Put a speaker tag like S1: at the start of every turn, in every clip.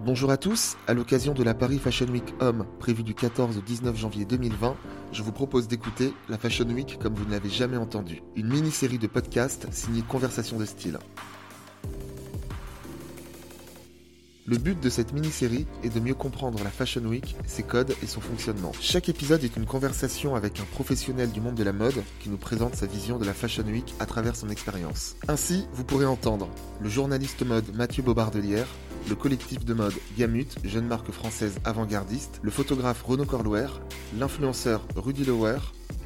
S1: Bonjour à tous, à l'occasion de la Paris Fashion Week Homme prévue du 14 au 19 janvier 2020, je vous propose d'écouter la Fashion Week comme vous ne l'avez jamais entendue, une mini-série de podcasts signée Conversation de style. Le but de cette mini-série est de mieux comprendre la Fashion Week, ses codes et son fonctionnement. Chaque épisode est une conversation avec un professionnel du monde de la mode qui nous présente sa vision de la Fashion Week à travers son expérience. Ainsi, vous pourrez entendre le journaliste mode Mathieu Bobardelière, le collectif de mode Gamut, jeune marque française avant-gardiste, le photographe Renaud Corlouer, l'influenceur Rudy Lower,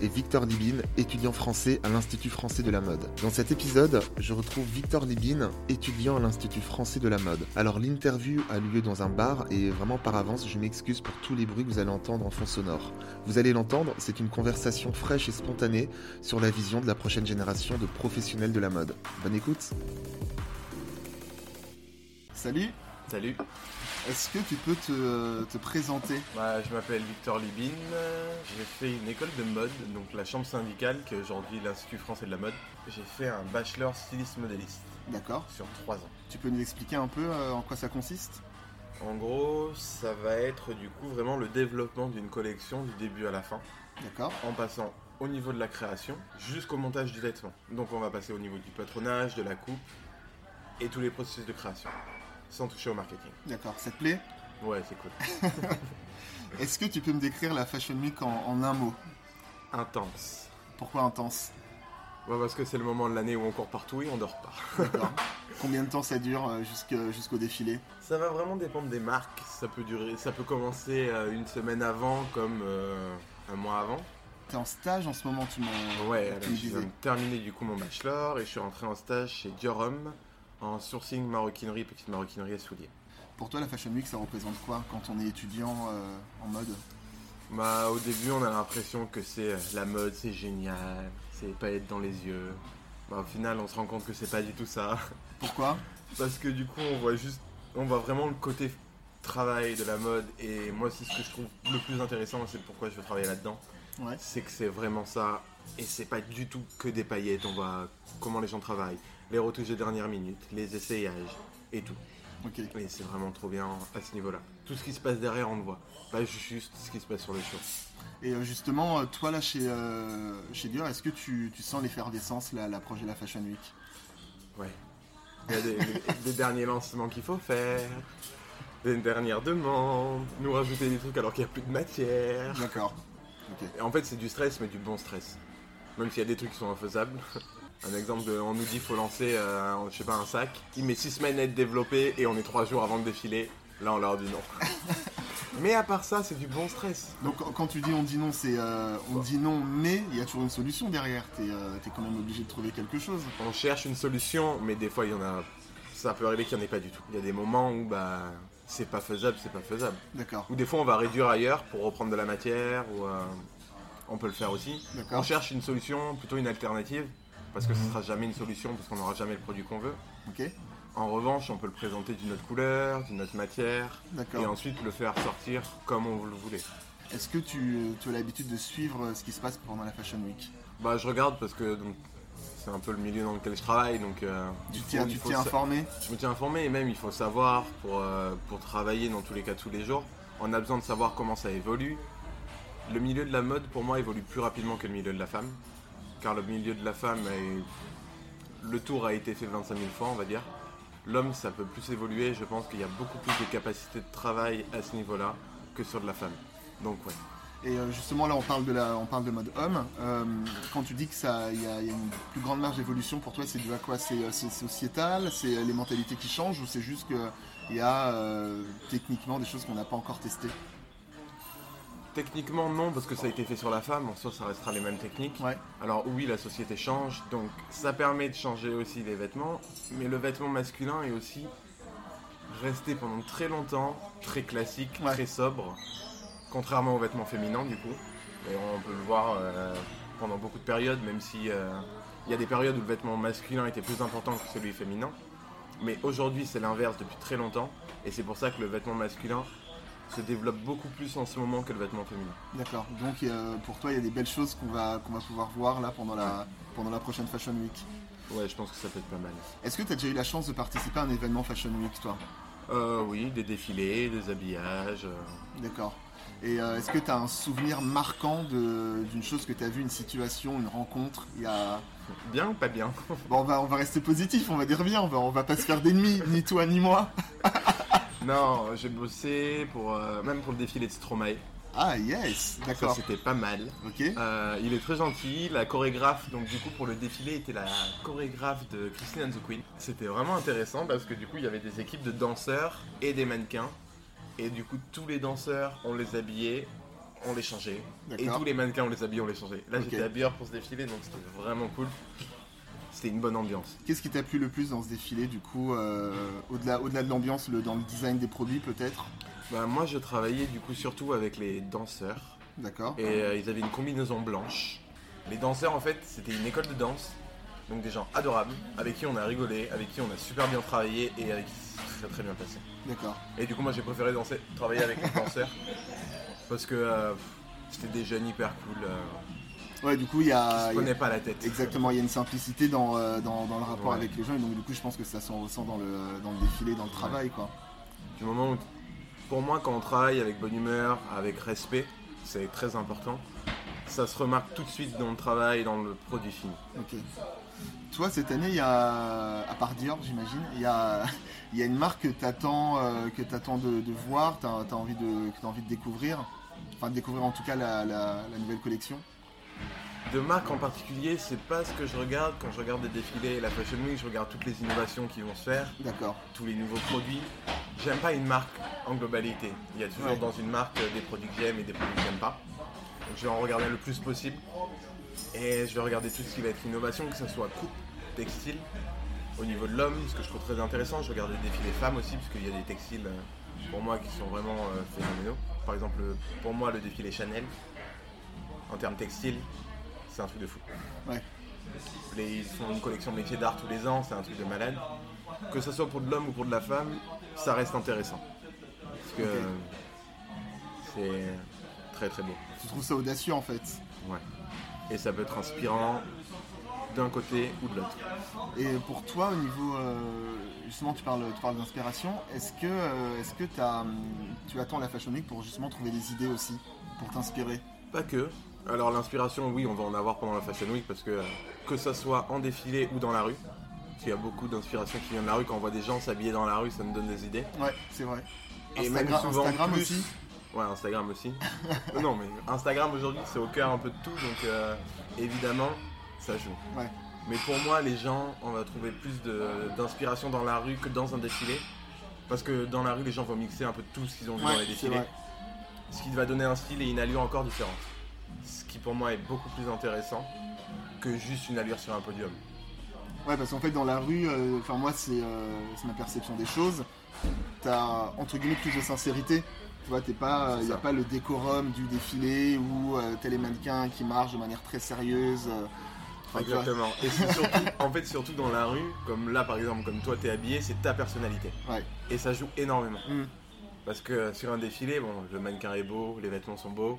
S1: et Victor Libin, étudiant français à l'Institut français de la mode. Dans cet épisode, je retrouve Victor Libin, étudiant à l'Institut français de la mode. Alors l'interview a lieu dans un bar et vraiment par avance, je m'excuse pour tous les bruits que vous allez entendre en fond sonore. Vous allez l'entendre, c'est une conversation fraîche et spontanée sur la vision de la prochaine génération de professionnels de la mode. Bonne écoute Salut
S2: Salut,
S1: Est-ce que tu peux te, te présenter
S2: Bah, je m'appelle Victor Libin, Euh, j'ai fait une école de mode, donc la chambre syndicale, qui est aujourd'hui l'Institut français de la mode. J'ai fait un bachelor styliste modéliste
S1: D'accord.
S2: sur 3 ans.
S1: Tu peux nous expliquer un peu euh, en quoi ça consiste
S2: En gros, ça va être du coup vraiment le développement d'une collection du début à la fin,
S1: D'accord.
S2: en passant au niveau de la création jusqu'au montage du vêtement. Donc on va passer au niveau du patronage, de la coupe et tous les processus de création, sans toucher au marketing.
S1: D'accord. Ça te plaît
S2: Ouais, c'est cool.
S1: Est-ce que tu peux me décrire la Fashion Week en, en un mot
S2: Intense.
S1: Pourquoi intense
S2: Ouais, parce que c'est le moment de l'année où on court partout et on dort pas.
S1: D'accord. Combien de temps ça dure euh, jusque- jusqu'au défilé
S2: Ça va vraiment dépendre des marques. Ça peut durer, ça peut commencer euh, une semaine avant comme euh, un mois avant.
S1: T'es en stage en ce moment, tu m'en
S2: Ouais,
S1: tu
S2: alors,
S1: me
S2: je viens
S1: disais.
S2: de terminer du coup mon bachelor et je suis rentré en stage chez Diorum en sourcing maroquinerie, petite maroquinerie à souliers.
S1: Pour toi, la Fashion Week, ça représente quoi quand on est étudiant euh, en mode
S2: Bah au début on a l'impression que c'est euh, la mode, c'est génial, c'est palettes dans les yeux. Bah au final on se rend compte que c'est pas du tout ça.
S1: Pourquoi
S2: Parce que du coup, on voit juste, on voit vraiment le côté travail de la mode. Et moi, c'est ce que je trouve le plus intéressant. C'est pourquoi je veux travailler là-dedans.
S1: Ouais.
S2: C'est que c'est vraiment ça. Et c'est pas du tout que des paillettes. On voit comment les gens travaillent, les retouches de dernière minute, les essayages et tout.
S1: Ok.
S2: Et c'est vraiment trop bien à ce niveau-là. Tout ce qui se passe derrière, on le voit. Pas juste ce qui se passe sur le show.
S1: Et euh, justement, euh, toi là chez, euh, chez Dior, est-ce que tu, tu sens l'effervescence, là, l'approche de la Fashion Week
S2: Ouais. Il y a des, des derniers lancements qu'il faut faire, des dernières demandes, nous rajouter des trucs alors qu'il n'y a plus de matière.
S1: D'accord. Ok.
S2: Et En fait, c'est du stress, mais du bon stress. Même s'il y a des trucs qui sont infaisables. Un exemple, de- on nous dit faut lancer, euh, un- je sais pas, un sac. Il met 6 semaines à être développé et on est 3 jours avant le défilé. Là, on leur dit non. mais à part ça, c'est du bon stress.
S1: Donc quand- quand tu dis on dit non, c'est euh, on dit non, mais il y a toujours une solution derrière. T'es euh, t'es quand même obligé de trouver quelque chose.
S2: On cherche une solution, mais des fois, il y en a. Ça peut arriver qu'il n'y en ait pas du tout. Il y a des moments où, bah, c'est pas faisable, c'est pas faisable.
S1: D'accord.
S2: Ou des fois, on va réduire ailleurs pour reprendre de la matière, ou euh, on peut le faire aussi. On
S1: D'accord.
S2: cherche une solution, plutôt une alternative, parce que ce sera jamais une solution, parce qu'on n'aura jamais le produit qu'on veut.
S1: Ok.
S2: En revanche, on peut le présenter d'une autre couleur, d'une autre matière, et
S1: D'accord.
S2: ensuite le faire sortir comme on le voulait.
S1: Est-ce que tu, tu as l'habitude de suivre euh, ce qui se passe pendant la Fashion Week
S2: Bah, je regarde parce que donc, c'est un peu le milieu dans lequel je travaille, donc euh,
S1: Tu
S2: il faut-
S1: t'es
S2: il
S1: tu
S2: faut
S1: t'es
S2: sa-
S1: informé
S2: je me tiens informé, et même il faut savoir pour, euh, pour travailler dans tous les cas tous les jours. On a besoin de savoir comment ça évolue. Le milieu de la mode, pour moi, évolue plus rapidement que le milieu de la femme, car le milieu de la femme est le tour a été fait 25 000 fois, on va dire. L'homme, ça peut plus évoluer. Je pense qu'il y a beaucoup plus de capacités de travail à ce niveau-là que sur de la femme. Donc, ouais.
S1: Et euh, justement, là, on parle de, la, on parle de mode homme. Euh, quand tu dis que ça, il y, a il y a une plus grande marge d'évolution pour toi, c'est dû à quoi C'est euh, c'est sociétal C'est euh, les mentalités qui changent Ou c'est juste qu'il y a euh, techniquement des choses qu'on n'a pas encore testées
S2: Techniquement, non, parce que ça a été fait sur la femme. En soi, ça restera les mêmes techniques.
S1: Ouais.
S2: Alors, oui, la société change. Donc, ça permet de changer aussi les vêtements. Mais le vêtement masculin est aussi resté pendant très longtemps très classique,
S1: Ouais.
S2: très sobre. Contrairement aux vêtements féminins, du coup. Et on peut le voir euh, pendant beaucoup de périodes, même si euh, il y a des périodes où le vêtement masculin était plus important que celui féminin. Mais aujourd'hui, c'est l'inverse depuis très longtemps. Et c'est pour ça que le vêtement masculin se développe beaucoup plus en ce moment que le vêtement féminin.
S1: D'accord. Donc, euh, pour toi, il y a des belles choses qu'on va, qu'on va pouvoir voir là pendant la, pendant la prochaine Fashion Week.
S2: Ouais, je pense que ça peut être pas mal.
S1: Est-ce que tu as déjà eu la chance de participer à un événement Fashion Week, toi
S2: Euh, oui, des défilés, des habillages. euh,
S3: D'accord. Et euh, est-ce que tu as un souvenir marquant de- d'une chose que tu as vue, une situation, une rencontre il y a...
S2: Bien ou pas bien
S3: Bon, on va, on va rester positif, on va dire bien, on va, on va pas se faire d'ennemis, ni toi ni moi.
S2: Non, j'ai bossé pour, euh, même pour le défilé de Stromae.
S3: Ah, yes,
S2: Ça,
S3: d'accord.
S2: c'était pas mal.
S3: Ok.
S2: Euh, il est très gentil. La chorégraphe, donc du coup, pour le défilé, était la chorégraphe de Christine and the Queen. C'était vraiment intéressant parce que du coup, il y avait des équipes de danseurs et des mannequins. Et du coup, tous les danseurs, on les habillait, on les changeait. Et
S3: D'accord.
S2: tous les mannequins, on les habillait, on les changeait. Là,
S3: Ok.
S2: j'étais habilleur pour ce défilé, donc c'était vraiment cool. C'était une bonne ambiance.
S3: Qu'est-ce qui t'a plu le plus dans ce défilé, du coup, euh, au-delà au-delà de l'ambiance, le- dans le design des produits peut-être
S2: Bah, moi, je travaillais du coup surtout avec les danseurs.
S3: D'accord.
S2: Et euh, ils avaient une combinaison blanche. Les danseurs, en fait, c'était une école de danse. Donc des gens adorables, avec qui on a rigolé, avec qui on a super bien travaillé et avec qui c'est très très bien passé.
S3: D'accord.
S2: Et du coup, moi j'ai préféré danser, travailler avec les danseurs. Parce que euh, c'était des jeunes hyper cool. euh,
S3: Ouais, du coup, il y
S2: qui
S3: a.
S2: se prenaient pas la tête.
S3: Exactement, il y a une simplicité dans, euh, dans, dans le rapport
S2: Ouais.
S3: avec les gens, et donc du coup, je pense que ça s'en ressent dans le, euh, dans le défilé, dans le travail, quoi.
S2: Du moment où, pour moi, quand on travaille avec bonne humeur, avec respect, c'est très important. Ça se remarque tout de suite dans le travail, dans le produit fini.
S3: Ok. Toi, cette année, il y a, à part Dior, j'imagine, il y a, il y a une marque que t'attends, euh, que t'attends de, de voir, t'as, t'as envie de, que t'as envie de découvrir, enfin de découvrir en tout cas la, la- la nouvelle collection.
S2: De marque en particulier, c'est pas ce que je regarde quand je regarde des défilés et la Fashion Week, je regarde toutes les innovations qui vont se faire,
S3: D'accord.
S2: tous les nouveaux produits. J'aime pas une marque en globalité. Il y a toujours
S3: Ouais.
S2: dans une marque euh, des produits que j'aime et des produits que j'aime pas. Donc je vais en regarder le plus possible. Et je vais regarder tout ce qui va être innovation, que ce soit coupe, textile, au niveau de l'homme, ce que je trouve très intéressant. Je regarde des défilés femmes aussi, parce qu'il y a des textiles euh, pour moi qui sont vraiment euh, phénoménaux. Par exemple, euh, pour moi, le défilé Chanel, en termes textiles, c'est un truc de fou.
S3: Ouais.
S2: Les- ils font une collection de métiers d'art tous les ans, c'est un truc de malade. Que ce soit pour de l'homme ou pour de la femme, ça reste intéressant. Parce que
S3: Ok.
S2: euh, c'est très très beau.
S3: Tu trouves ça audacieux en fait.
S2: Ouais. Et ça peut être inspirant d'un côté ou de l'autre.
S3: Et pour toi, au niveau euh, justement, tu parles, tu parles d'inspiration. Est-ce que, euh, est-ce que t'as, hum, tu attends la Fashion Week pour justement trouver des idées aussi, pour t'inspirer
S2: Pas que. Alors l'inspiration, oui, on va en avoir pendant la Fashion Week parce que euh, que ça soit en défilé ou dans la rue, parce qu'il y a beaucoup d'inspiration qui vient de la rue. Quand on voit des gens s'habiller dans la rue, ça nous donne des idées.
S3: Ouais, c'est vrai.
S2: Et même
S3: Instagram,
S2: souvent
S3: Instagram
S2: plus.
S3: aussi.
S2: Ouais, Instagram aussi. non, mais Instagram aujourd'hui, c'est au cœur un peu de tout, donc euh, évidemment, ça joue.
S3: Ouais.
S2: Mais pour moi, les gens, on va trouver plus de- d'inspiration dans la rue que dans un défilé. Parce que dans la rue, les gens vont mixer un peu tout ce qu'ils ont vu dans
S3: Ouais,
S2: les
S3: c'est
S2: défilés.
S3: vrai.
S2: Ce qui va donner un style et une allure encore différente. Ce qui pour moi est beaucoup plus intéressant que juste une allure sur un podium.
S3: Ouais, parce qu'en fait, dans la rue, euh, enfin, moi, c'est euh, c'est ma perception des choses. T'as, entre guillemets, plus de sincérité. Tu vois, t'es pas,
S2: C'est
S3: il n'y a
S2: ça.
S3: pas le décorum du défilé où euh, t'as les mannequins qui marchent de manière très sérieuse. euh. Enfin, tu vois.
S2: Exactement. Et c'est surtout, en fait, surtout dans la rue, comme là par exemple, comme toi t'es habillé, c'est ta personnalité.
S3: Ouais.
S2: Et ça joue énormément.
S3: Mm.
S2: Parce que euh, sur un défilé, bon, le mannequin est beau, les vêtements sont beaux,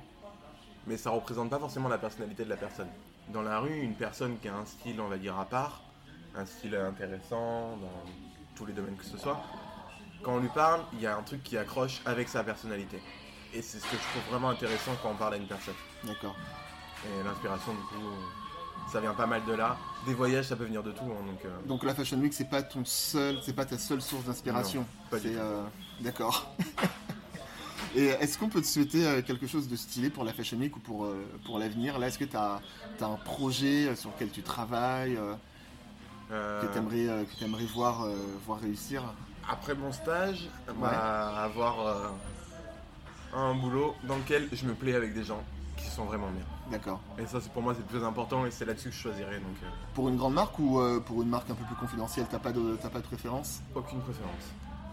S2: mais ça représente pas forcément la personnalité de la personne. Dans la rue, une personne qui a un style, on va dire, à part, un style intéressant dans tous les domaines que ce soit, quand on lui parle, il y a un truc qui accroche avec sa personnalité. Et c'est ce que je trouve vraiment intéressant quand on parle à une personne.
S3: D'accord.
S2: Et l'inspiration, du coup, euh, ça vient pas mal de là. Des voyages, ça peut venir de tout, hein, donc euh,
S3: Donc la Fashion Week, c'est pas ton seul, c'est pas ta seule source d'inspiration.
S2: pas du
S3: C'est,
S2: tout.
S3: euh, D'accord. Et est-ce qu'on peut te souhaiter euh, quelque chose de stylé pour la Fashion Week ou pour, euh, pour l'avenir Là, est-ce que tu as, un projet euh, sur lequel tu travailles, euh,
S2: euh,
S3: que tu aimerais, voir, euh, voir réussir
S2: après mon stage, on va avoir euh, un boulot dans lequel je me plais avec des gens qui sont vraiment bien.
S3: D'accord.
S2: Et ça, c'est pour moi, c'est le plus important et c'est là-dessus que je choisirai. Donc, euh,
S3: Pour une grande marque ou euh, pour une marque un peu plus confidentielle, t'as pas de, t'as pas de préférence
S2: aucune préférence.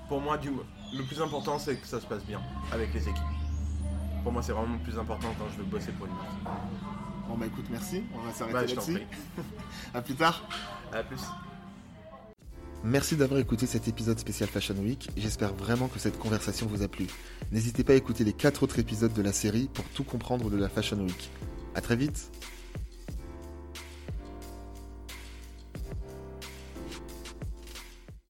S2: Pour moi, du, le plus important, c'est que ça se passe bien avec les équipes. Pour moi, c'est vraiment le plus important quand je veux bosser pour une marque.
S3: Bon bah écoute, merci, on va s'arrêter
S2: Bah, je t'en
S3: là-dessus.
S2: prie.
S3: À plus tard.
S2: À plus.
S1: Merci d'avoir écouté cet épisode spécial Fashion Week. J'espère vraiment que cette conversation vous a plu. N'hésitez pas à écouter les quatre autres épisodes de la série pour tout comprendre de la Fashion Week. À très vite.